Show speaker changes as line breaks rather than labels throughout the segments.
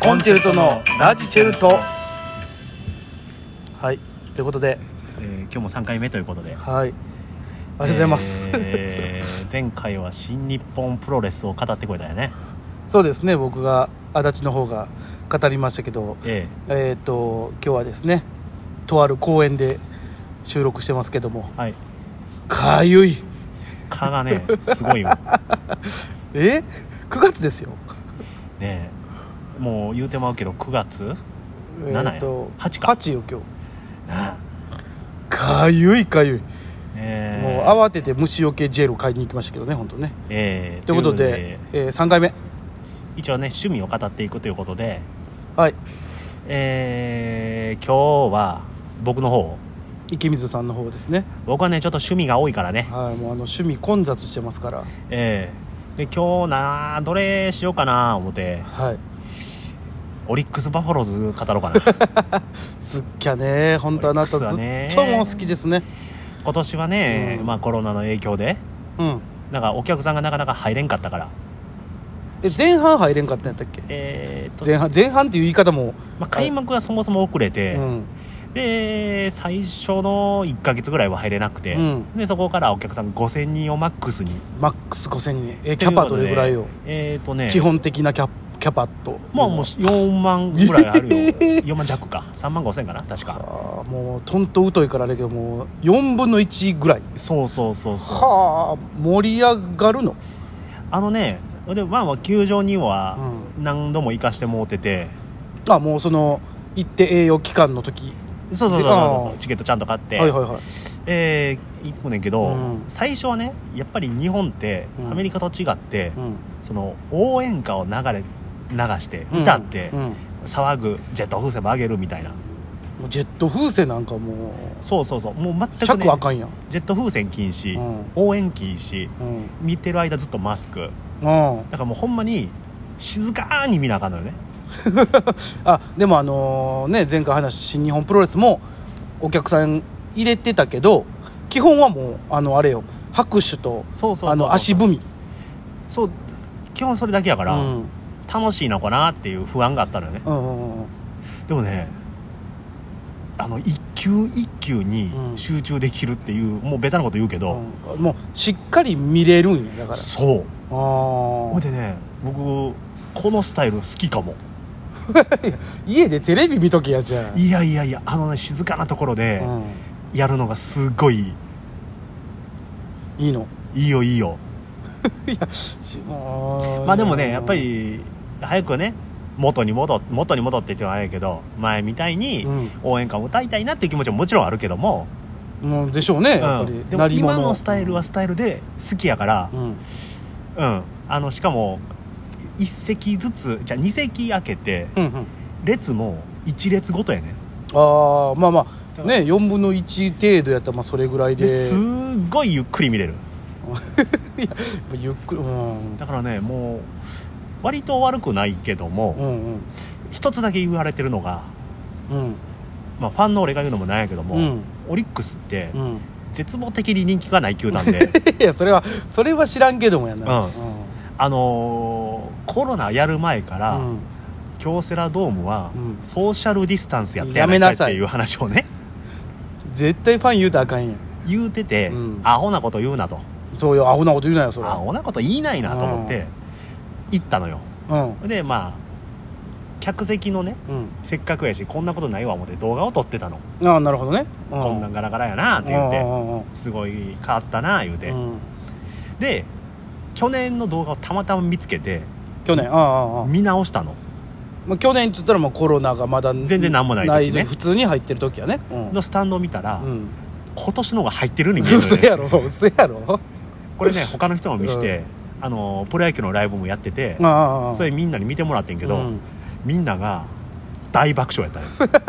コンチェルトのラジチェルトはいということで
えー今日も3回目ということであり
はいありがとうございます、
えー前回は新日本プロレスを語ってこいだよね
そうですね僕が足立の方が語りましたけど
え
えっ、と今日はですねとある公園で収録してますけども
えはい
かゆい
蚊がね すごいよ
え9月ですよ
ねえもう言うてまうけど9月
え
7
ー
や
と
8か
八よ今日
あ
かゆいかゆい、
え
も
え
う慌てて虫除けジェル買いに行きましたけどね本当ね
ええ
ということで、えー、3回目
一応ね趣味を語っていくということで
はい
えー今日は僕の方
池水さんの方ですね
僕はねちょっと趣味が多いからね
はいもうあの趣味混雑してますから
ええで今日などれしようかな思って
はい
オリックス・バファローズ語ろうかな
すっきゃね本当あなたず
オリックスはね
っともう好きですね
今年はね、
うん
まあ、コロナの影響で
うん
なんかお客さんがなかなか入れんかったから
え前半入れんかったんやったっけ
えーっと、
前半前半っていう言い方も、
まあ、開幕はそもそも遅れて、
うん
で最初の1か月ぐらいは入れなくて、
うん
でそこからお客さん5000人をマックスに
マックス5000人えキャパどれぐらいよ、
えーっとね
基本的なキャキャパと
まあもう4万ぐらいあるよ 4万弱か3万5000かな確か
あーもうとんと疎いからあれやけどもう4分の1ぐらい
そうそうそうそう
はあ盛り上がるの、
あのねでまあまあ球場に
う
は
ん、
何度も行かしてもうてて、
あもうその行って栄養期間の時
そうそうそう
あ
そう
ー
チケットちゃんと買って、
はいはいはい
えー、行くねんけど、
うん
最初はねやっぱり日本って
うん
アメリカと違って、
うん
その応援歌を流れ流して歌って、
うんうんも
騒ぐジェット風船もあげるみたいな
うジェット風船なんかもう
そうそうそうもう全く、ね
100あ、かんやん
ジェット風船禁
う
止、
ん
応援禁止
うん
見てる間ずっとマスク
うん
だからもうほんまに静かに見なあかんのよね
あでもあのね前回話した新日本プロレスもお客さん入れてたけど基本はもうあのあれよ拍手と
そうそうそう
あの足踏み
そう基本それだけやから、
うん
楽しいのかなっていう不安があったのよね
うんうんうん
でもねあの一球一球に集中できるっていう、もうベタなこと言うけど、
うんもうしっかり見れるんやだから
そう
あ
ほん
ー
でね僕このスタイル好きかも
家でテレビ見とけやじゃあ
いやいやいやあのね静かなところで
うん
やるのがすごい
いいの
いいよいいよま
ま
あでもねやっぱ、り早くね元に戻っ元に戻ってっていうのはあれやけど前みたいに
うん
応援歌を歌いたいなっていう気持ちももちろんあるけども、
もうでしょうね、
うん
やっぱり
でも
り
今のスタイルはスタイルで好きやから
う、ん
うん、あのしかも1席ずつじゃあ2席開けて
うんうん
列も1列ごとやね
ああまあまあ
だから
ね4分の1程度やったらまあそれぐらいで
で すっごいゆっくり見れる
ゆっくりうん
だからねもう割と悪くないけど
う
も、
んうん
一つだけ言われてるのが、
うん
まあ、ファンの俺が言うのもなんやけども、
うん
オリックスって
うん
絶望的に人気がない球団 で
いやそれはそれは知らんけどもやな
うんあのーコロナやる前から、
うん
京セラドームは、
うん
ソーシャルディスタンスやって
やめな
っ
さい
ていう話をね
絶対ファン言うたらあかんやん
言うてて、
うん
アホなこと言うなと
そうよアホなこと言うなよそれ
アホなこと言いないなと思って行ったのよ
うん
でまあ客席のね
うん
せっかくやしこんなことないわ思って動画を撮ってたの、
ああなるほどねう
こんなんガラガラやなって言って、
うんうんうん
すごい変わったな言うて、
うん
で去年の動画をたまたま見つけて
去年ああああああ
見直したの
まあ去年っつったらもうコロナがまだ全
然なんもない時ね
普通に入ってる時やねうん
のスタンドを見たら、
うん
今年の方が入ってるよう に見えるの
嘘
よ
やろ嘘やろ
これね他の人も見して、あのプロ野球のライブもやってて、
ああ
それみんなに見てもらってんけど、
うん
みんなが大爆笑やった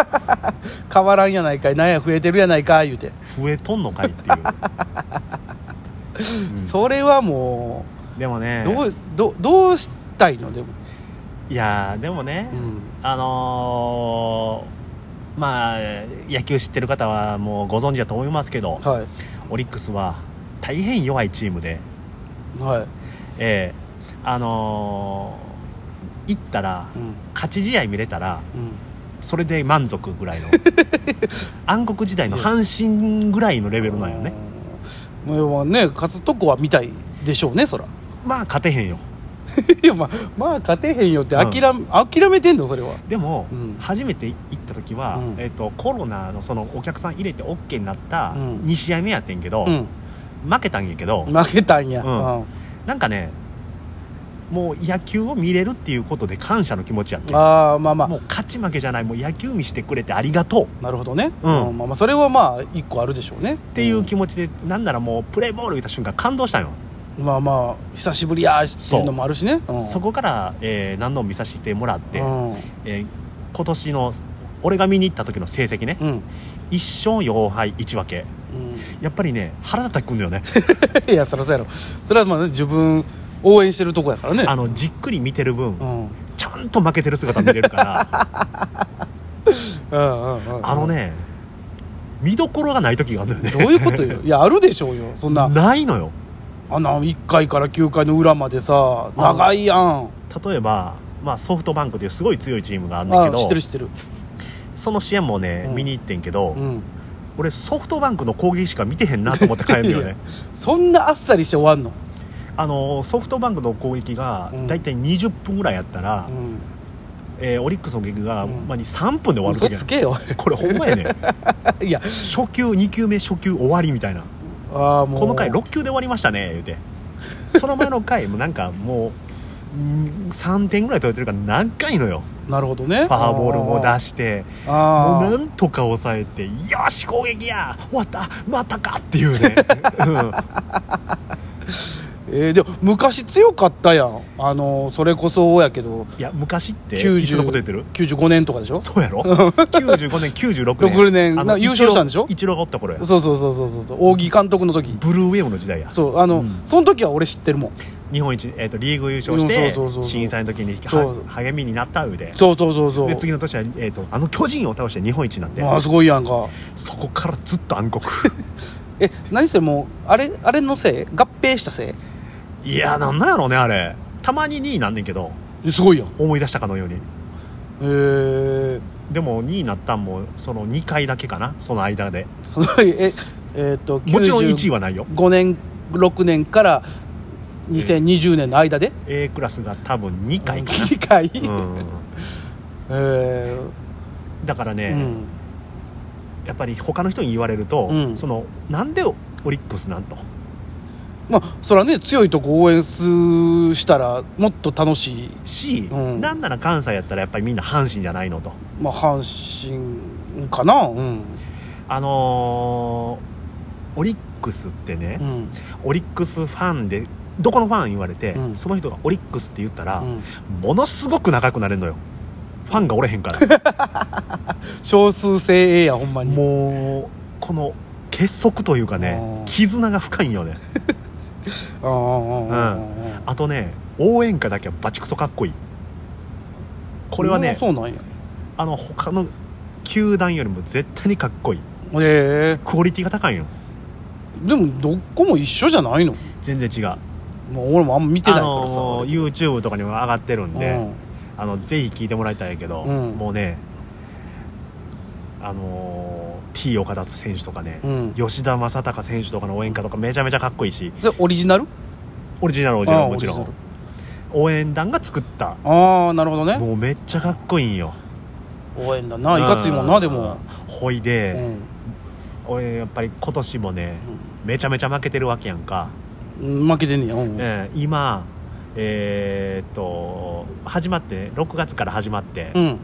ね
変わらんやないかいなんや増えてるやないかい言うて、
増えとんのかいって いう、うん
それはも
でも
う
ね
どうどどうしたいのでも、
いやーでもね、
うん
あのーまあ野球知ってる方はもうご存知だと思いますけど
は
オリックスは大変弱いチームで、
いはい
ええあのー行ったら
うん
勝ち試合見れたら
うん
それで満足ぐら いの暗黒時代の阪神ぐらいのレベルなんよね
うんまあ要はね勝つとこは見たいでしょうねそら
まあ勝てへんよ
いやまあまあ勝てへんよって諦め,、諦めてんのそれは
でも、
うん
初めて行った時は、
うん
えっとコロナのそのお客さん入れて OK になった
うん
2試合目やってんけど、
うん
負けたんやけど、
負けたんや、
うん
うん
なんかねもう野球を見れるっていうことで感謝の気持ちやって
ああまあま
もう勝ち負けじゃないもう野球見してくれてありがとう
あなるほどね、
うん
まあまあそれはまあ一個あるでしょうねっ
っていう気持ちで、なんならもうプレーボール見た瞬間感動したんよ、
まあまあ久しぶりやーっていうのもあるしねそ,、うん、
そこから、えー何度も見させてもらって、
うん
えー今年の俺が見に行った時の成績ね、
うん
1勝4敗1分け
うん
やっぱりね腹立ってくんだよね
いやそらそうやろそれはまあ、ね、自分応援してるとこや からね
あのじっくり見てる分、
うんうん
ちゃんと負けてる姿見れるから
うんうんうん
あのね見どころがない時があるんだよ
ど
ね
ういうことよいやあるでしょうよそんな
ないのよ
あんな1回から9回の裏までさ長いやん
例えば、まあ、ソフトバンクというすごい強いチームがあるんだ
あ
け
あ知って
ど
る知ってる
その試合もね、
うん
見に行ってんけど、
うん
俺ソフトバンクの攻撃しか見てへんなと思って帰るの よ
いや
ね
そんなあっさりして終わんの
あのソフトバンクの攻撃が
うん
大体20分ぐらいやったら、
うん
えーオリックスの攻撃が、
うん
まあ、に3分で終わる
嘘
時や
つ
ね
けよ
これほんまやね
いや
初球2球目初球終わりみたいな
ああもう
この回6球で終わりましたね言うてその前の 回もなんかもううん3点ぐらい取れてるから長いのよ
なるほどね
ファーボールも出しても
あ
う
ーあー
なんとか抑えて「よし攻撃や終わったまたか!」っていうね、うん
えーでも昔強かったやんあのそれこそやけど
いや昔って
90
いつのこと言ってる
95年とかでしょ
そうやろ95年96年
96年な優勝したんでしょ
イチローイチローがおった頃や
そうそうそうそうそうそう扇監督の時
ブルーウェーブの時代や
そうあの、
うん
その時は俺知ってるもん
日本一、えー、とリーグ優勝して
そうそうそうそう
震災の時には
そう
励みになった上で
そうそうそうそう
で次の年は、えー、とあの巨人を倒して日本一になって
まあすごいやんか
そこからずっと 暗黒
え何それもうあれあれのせい合併したせ
いやなんなんやろうねあれたまに2位なんねんけど
いすごいやんへ
思い出したかのように
えー、
でも2位になったんもその2回だけかなその間で
そのええーっと
もちろん1位はないよ
5年6年から2020年の間で
A クラスが多分2回か
2回、
な、うん、
え
だからね、
ーうん
やっぱり他の人に言われると、
うん
そのなんでオリックスなんと
まあそらね強いとこ応援すしたらもっと楽しい
し、
うん
なんなら関西やったらやっぱりみんな阪神じゃないのと
まあ阪神かなうん
あのーオリックスってね、
うん
オリックスファンでどこのファン言われて、
うん
その人がオリックスって言ったら、
うん
ものすごく仲良くなれるのよファンがおれへんから
少数精鋭やほんまに
もうこの結束というか
う
ね
ん
絆が深いんよね
ああああ
あとね応援歌だけはバチクソかっこいいこれはね
そうなんや
あの他の球団よりも絶対にかっこいい
え
クオリティが高いんよ
えでもどこも一緒じゃないの
全然違う
もう俺もあんま見てない
あ
からさ、
のー YouTube とかにも上がってるんで、
うん
あのぜひ聞いてもらいたいんやけど、
うん
もうねあのー T 岡田選手とかね、
うん
吉田正尚選手とかの応援歌とかめちゃめちゃかっこいいし
それオリジナル
オリジナルオリジナ
あ
ル
ー
もちろ
オリ
ん応援団が作った
ジナルああなるほどね
もうめっちゃかっこいいんよ
応援だないかついもんなでも、
ほいうで、
ん
俺やっぱり今年もねめちゃめちゃ負けてるわけやんか、
うん、負けてんねや、うん
えー今えーっと始まって6月から始まって、
うん、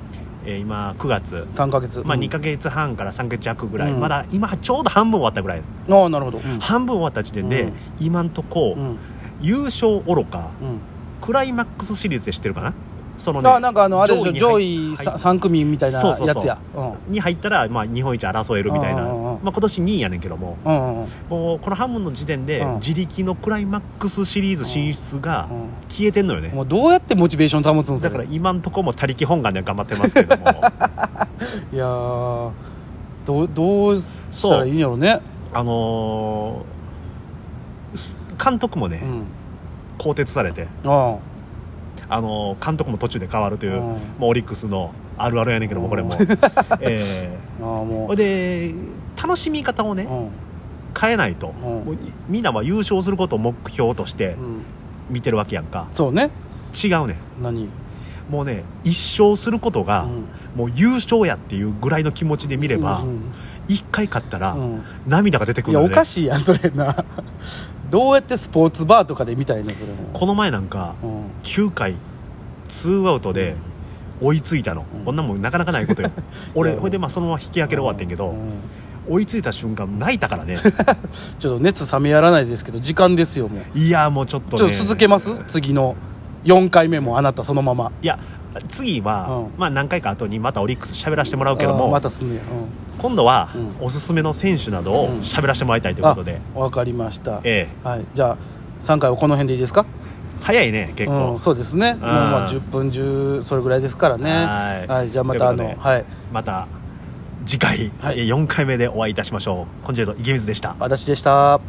えー今9月
3ヶ月
まあ
うん
2か月半から3か月弱ぐらい、
うん
まだ今ちょうど半分終わったぐらい、
ああなるほどうん
半分終わった時点で、
うん
今んとこ、
うん
優勝おろか
うん
クライマックスシリーズで知ってるかなそのね
ああなんかあのあれでしょ上位
に入っ
さ
入っ
三組みたいな
そうそうそう
やつやうん
に入ったら、まあ、日本一争えるみたいな
うんうんうん
まあ、今年2位やねんけども
うんうんうん
もうこの半分の時点で、
うん
自力のクライマックスシリーズ進出が
う
消えてんのよ
ん
ね、
もうどうやってモチベーション保つんす
だから今んとこも他力本願で頑張ってますけども
いやーどうどうしたらいいんやろうね
あのーす監督もね、
うん
更迭されて
あ
あの監督も途中で変わるという、
うん
もうオリックスのあるあるやねんけどもこれも、 え
ああも
ー
う
ほいで楽しみ方をね
うん
変えないと、も
う
ういみんなは優勝することを目標とし
ん、う
て
ん、
見てるわけやんか
そうね
違うね
何、うん、
もうね一勝することが、もう優勝やっていうぐらいの気持ちで見れば
うん
一、回勝ったら、
うん
涙が出てく
い
る
や
の
お
で、
かしいやんそれな どうやってスポーツバーとかで見たいのそれも
この前なんか
うん
9回ツーアウトで追いついたの、
うん
こんなもんなかなかないことよ俺
いや
ほいでまあそのまま引き分けで終わってんけど、
うん
追いついた瞬間泣いたから ね
ちょっと熱冷めやらないですけど時間ですよもう
いやもうちょっと、ね、
ちょっと続けます次の4回目もあなたそのまま
いや次は、
うん
まあ何回か後にまたオリックス喋らせてもらうけど
あー
も、
またすんねや
今度は
う
おすすめの選手などを
うん
喋らせてもらいたいということで、
うんわかりました
ええ
はいじゃあ3回はこの辺でいいですか
早いね結
うん、
構、
そうですねもうまあ
うん
10分10それぐらいですからね
はーい
じゃあまたあ
とい
の
うことで
はい
また次回、
はい
4回目でお会いいたしましょう今度池水でした
私でした